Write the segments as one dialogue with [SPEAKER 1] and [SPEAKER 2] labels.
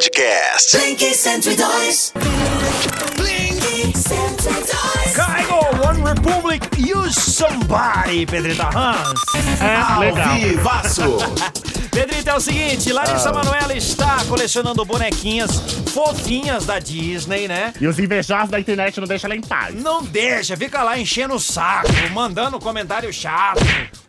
[SPEAKER 1] Podcast.
[SPEAKER 2] Blink 102. Blink 102.
[SPEAKER 3] Caigo, One Republic, You Somebody, Pedrita Hans.
[SPEAKER 4] É, legal.
[SPEAKER 1] Vivaço.
[SPEAKER 3] Pedrita, é o seguinte,
[SPEAKER 4] Ah.
[SPEAKER 3] Larissa Manoela está colecionando bonequinhas fofinhas da Disney, né?
[SPEAKER 4] E os invejosos da internet não deixam ela em paz.
[SPEAKER 3] Não deixa, fica lá enchendo o saco, mandando comentário chato,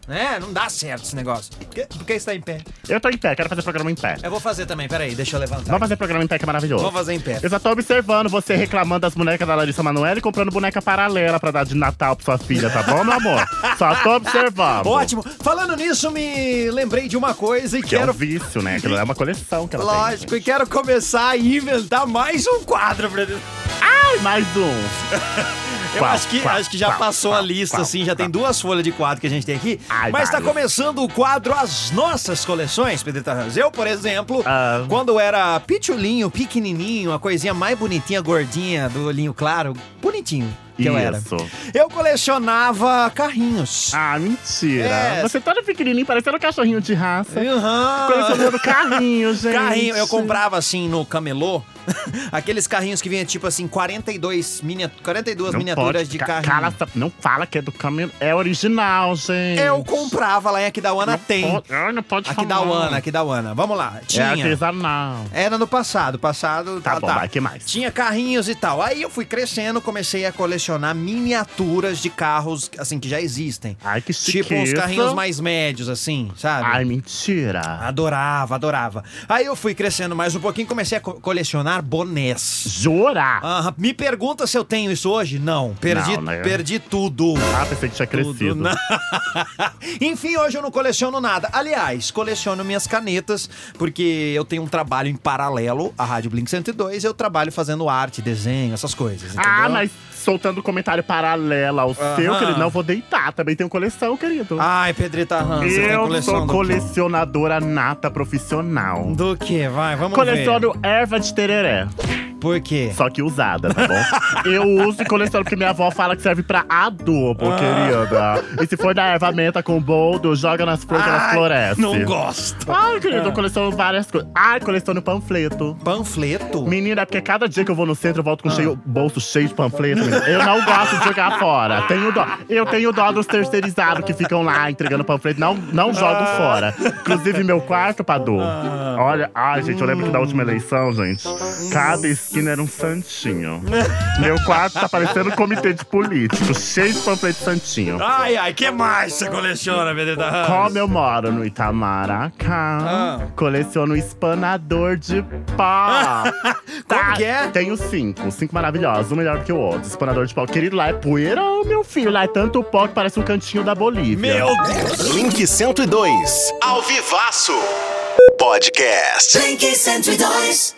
[SPEAKER 3] né? Não dá certo esse negócio. Por que, por que está em pé?
[SPEAKER 4] Eu tô em pé, quero fazer programa em pé.
[SPEAKER 3] Eu vou fazer também, peraí, deixa eu levantar.
[SPEAKER 4] Vamos fazer programa em pé que é maravilhoso.
[SPEAKER 3] Vamos fazer em pé.
[SPEAKER 4] Eu já tô observando você reclamando das bonecas da Larissa Manoela e comprando boneca paralela pra dar de Natal pra sua filha, tá bom, meu amor? Só tô observando.
[SPEAKER 3] Ótimo. Falando nisso, me lembrei de uma coisa e
[SPEAKER 4] Que é um
[SPEAKER 3] quero...
[SPEAKER 4] vício, né? Aquilo é uma coleção que ela
[SPEAKER 3] Lógico, e quero começar a inventar mais um quadro, Pedrita.
[SPEAKER 4] tem. Ai, mais um.
[SPEAKER 3] Eu
[SPEAKER 4] Qual,
[SPEAKER 3] acho que,
[SPEAKER 4] qual,
[SPEAKER 3] acho que já
[SPEAKER 4] qual,
[SPEAKER 3] passou a
[SPEAKER 4] qual,
[SPEAKER 3] lista,
[SPEAKER 4] qual,
[SPEAKER 3] assim, já
[SPEAKER 4] qual.
[SPEAKER 3] tem duas folhas de quadro que a gente tem aqui.
[SPEAKER 4] Ai,
[SPEAKER 3] mas tá
[SPEAKER 4] vários.
[SPEAKER 3] começando o quadro As Nossas Coleções, Pedrita Ramos. Eu, por exemplo,
[SPEAKER 4] Ah.
[SPEAKER 3] quando era pitulinho, pequenininho, a coisinha mais bonitinha, gordinha, do olhinho claro, bonitinho que eu era.
[SPEAKER 4] Isso.
[SPEAKER 3] Eu colecionava carrinhos.
[SPEAKER 4] Ah, mentira.
[SPEAKER 3] É.
[SPEAKER 4] Você todo pequenininho, parecendo um cachorrinho de raça.
[SPEAKER 3] Aham.
[SPEAKER 4] Colecionando carrinho, gente.
[SPEAKER 3] Carrinho, eu comprava assim no camelô, aqueles carrinhos que vinha tipo assim 42 minia, 42
[SPEAKER 4] Não
[SPEAKER 3] miniaturas
[SPEAKER 4] pode,
[SPEAKER 3] de
[SPEAKER 4] ca-
[SPEAKER 3] carrinho.
[SPEAKER 4] cala essa- não fala que é do caminho. É original, gente.
[SPEAKER 3] Eu comprava lá em Aquidauana
[SPEAKER 4] Não
[SPEAKER 3] tem.
[SPEAKER 4] pode- Ai, não pode
[SPEAKER 3] Aqui da
[SPEAKER 4] falar.
[SPEAKER 3] Wana, aqui da Wana. Vamos lá.
[SPEAKER 4] É
[SPEAKER 3] Tinha.
[SPEAKER 4] artesanal.
[SPEAKER 3] Era no passado, passado.
[SPEAKER 4] Tá bom, vai, que mais?
[SPEAKER 3] Tinha carrinhos e tal. Aí eu fui crescendo, comecei a colecionar miniaturas de carros, assim, que já existem.
[SPEAKER 4] Ai, Ah, que
[SPEAKER 3] tipo uns
[SPEAKER 4] chiqueza.
[SPEAKER 3] carrinhos mais médios, assim, sabe?
[SPEAKER 4] Ai, mentira.
[SPEAKER 3] Adorava, adorava. Aí eu fui crescendo mais um pouquinho, comecei a co- colecionar bonés.
[SPEAKER 4] Jura?
[SPEAKER 3] Aham. Me pergunta se eu tenho isso hoje? Não. Perdi,
[SPEAKER 4] Não, né?
[SPEAKER 3] perdi tudo.
[SPEAKER 4] Ah, pensei que tinha crescido.
[SPEAKER 3] Tudo, na- Enfim, hoje eu não coleciono nada. Aliás, coleciono minhas canetas, porque eu tenho um trabalho em paralelo à Rádio Blink 102. Eu trabalho fazendo arte, desenho, essas coisas.
[SPEAKER 4] Ah,
[SPEAKER 3] entendeu?
[SPEAKER 4] mas soltando comentário paralelo ao seu,
[SPEAKER 3] Aham.
[SPEAKER 4] querido. Não, vou deitar. Também tenho coleção, querido.
[SPEAKER 3] Ai, Pedrita Hans, você tem
[SPEAKER 4] eu
[SPEAKER 3] coleção
[SPEAKER 4] sou
[SPEAKER 3] do...
[SPEAKER 4] colecionadora nata profissional.
[SPEAKER 3] Do que? Vai, vamos
[SPEAKER 4] Coleciono erva de tereré.
[SPEAKER 3] ver. Por quê?
[SPEAKER 4] Só que usada, tá bom? eu uso e coleciono porque minha avó fala que serve pra
[SPEAKER 3] Ah.
[SPEAKER 4] adubo, querida. E se for da erva menta com boldo, joga nas flores que elas
[SPEAKER 3] Ai,
[SPEAKER 4] florescem.
[SPEAKER 3] Não gosto. Ah.
[SPEAKER 4] Ai, querido, eu coleciono várias coisas. Ai, coleciono panfleto.
[SPEAKER 3] Panfleto?
[SPEAKER 4] Menina, é porque cada dia que eu vou no centro, eu volto com cheio, bolso cheio de panfleto. menina. Eu não gosto de jogar fora. Tenho dó. Eu tenho dó dos terceirizados que ficam lá entregando panfleto. Não, não jogo fora. Inclusive, meu quarto, Padu. Olha, ai, gente, eu lembro que da última eleição, gente, cada esquina era um santinho. Meu quarto tá parecendo um comitê de políticos, cheio de panfleto santinho.
[SPEAKER 3] Ai, ai, que mais você coleciona, Pedrita Hans?
[SPEAKER 4] Como eu moro no Itamaracá,
[SPEAKER 3] Ah.
[SPEAKER 4] coleciono espanador de pó.
[SPEAKER 3] Como que é?
[SPEAKER 4] Tenho cinco, cinco maravilhosos, um melhor que o outro. Espanador de pó. Querido, lá é poeira, ô, meu filho. Lá é tanto pó que parece um cantinho da Bolívia.
[SPEAKER 3] Meu
[SPEAKER 1] Link 102. Ao Vivaço. Podcast.
[SPEAKER 2] Blink 102.